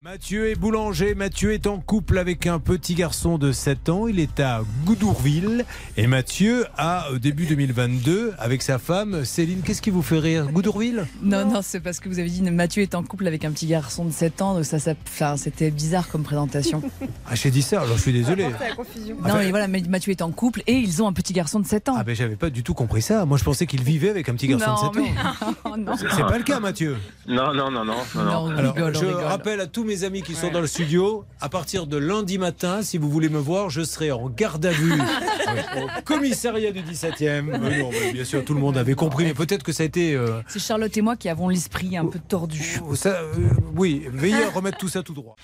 Mathieu est boulanger, Mathieu est en couple avec un petit garçon de 7 ans, il est à Goudourville et Mathieu a au début 2022 avec sa femme Céline, qu'est-ce qui vous fait rire Goudourville Non, non, c'est parce que vous avez dit Mathieu est en couple avec un petit garçon de 7 ans, donc ça, ça enfin, c'était bizarre comme présentation. Ah j'ai dit ça, alors je suis désolé. Ah, C'est la confusion. Non, mais voilà, mais Mathieu est en couple et ils ont un petit garçon de 7 ans. ben- Ah ben j'avais pas du tout compris ça, moi je pensais qu'il vivait avec un petit garçon non, de 7 ans. mais- non, C'est pas le cas Mathieu. Non, non, non, non. non, non, non. on Alors, rigole, on je rigole. rappelle à tous mes amis qui sont dans le studio, à partir de lundi matin, si vous voulez me voir, je serai en garde à vue au commissariat du 17e. Mais non, mais bien sûr, tout le monde avait compris, mais peut-être que ça a été. euh, C'est Charlotte et moi qui avons l'esprit un peu tordu. ça, euh, oui, veillez à remettre tout ça tout droit.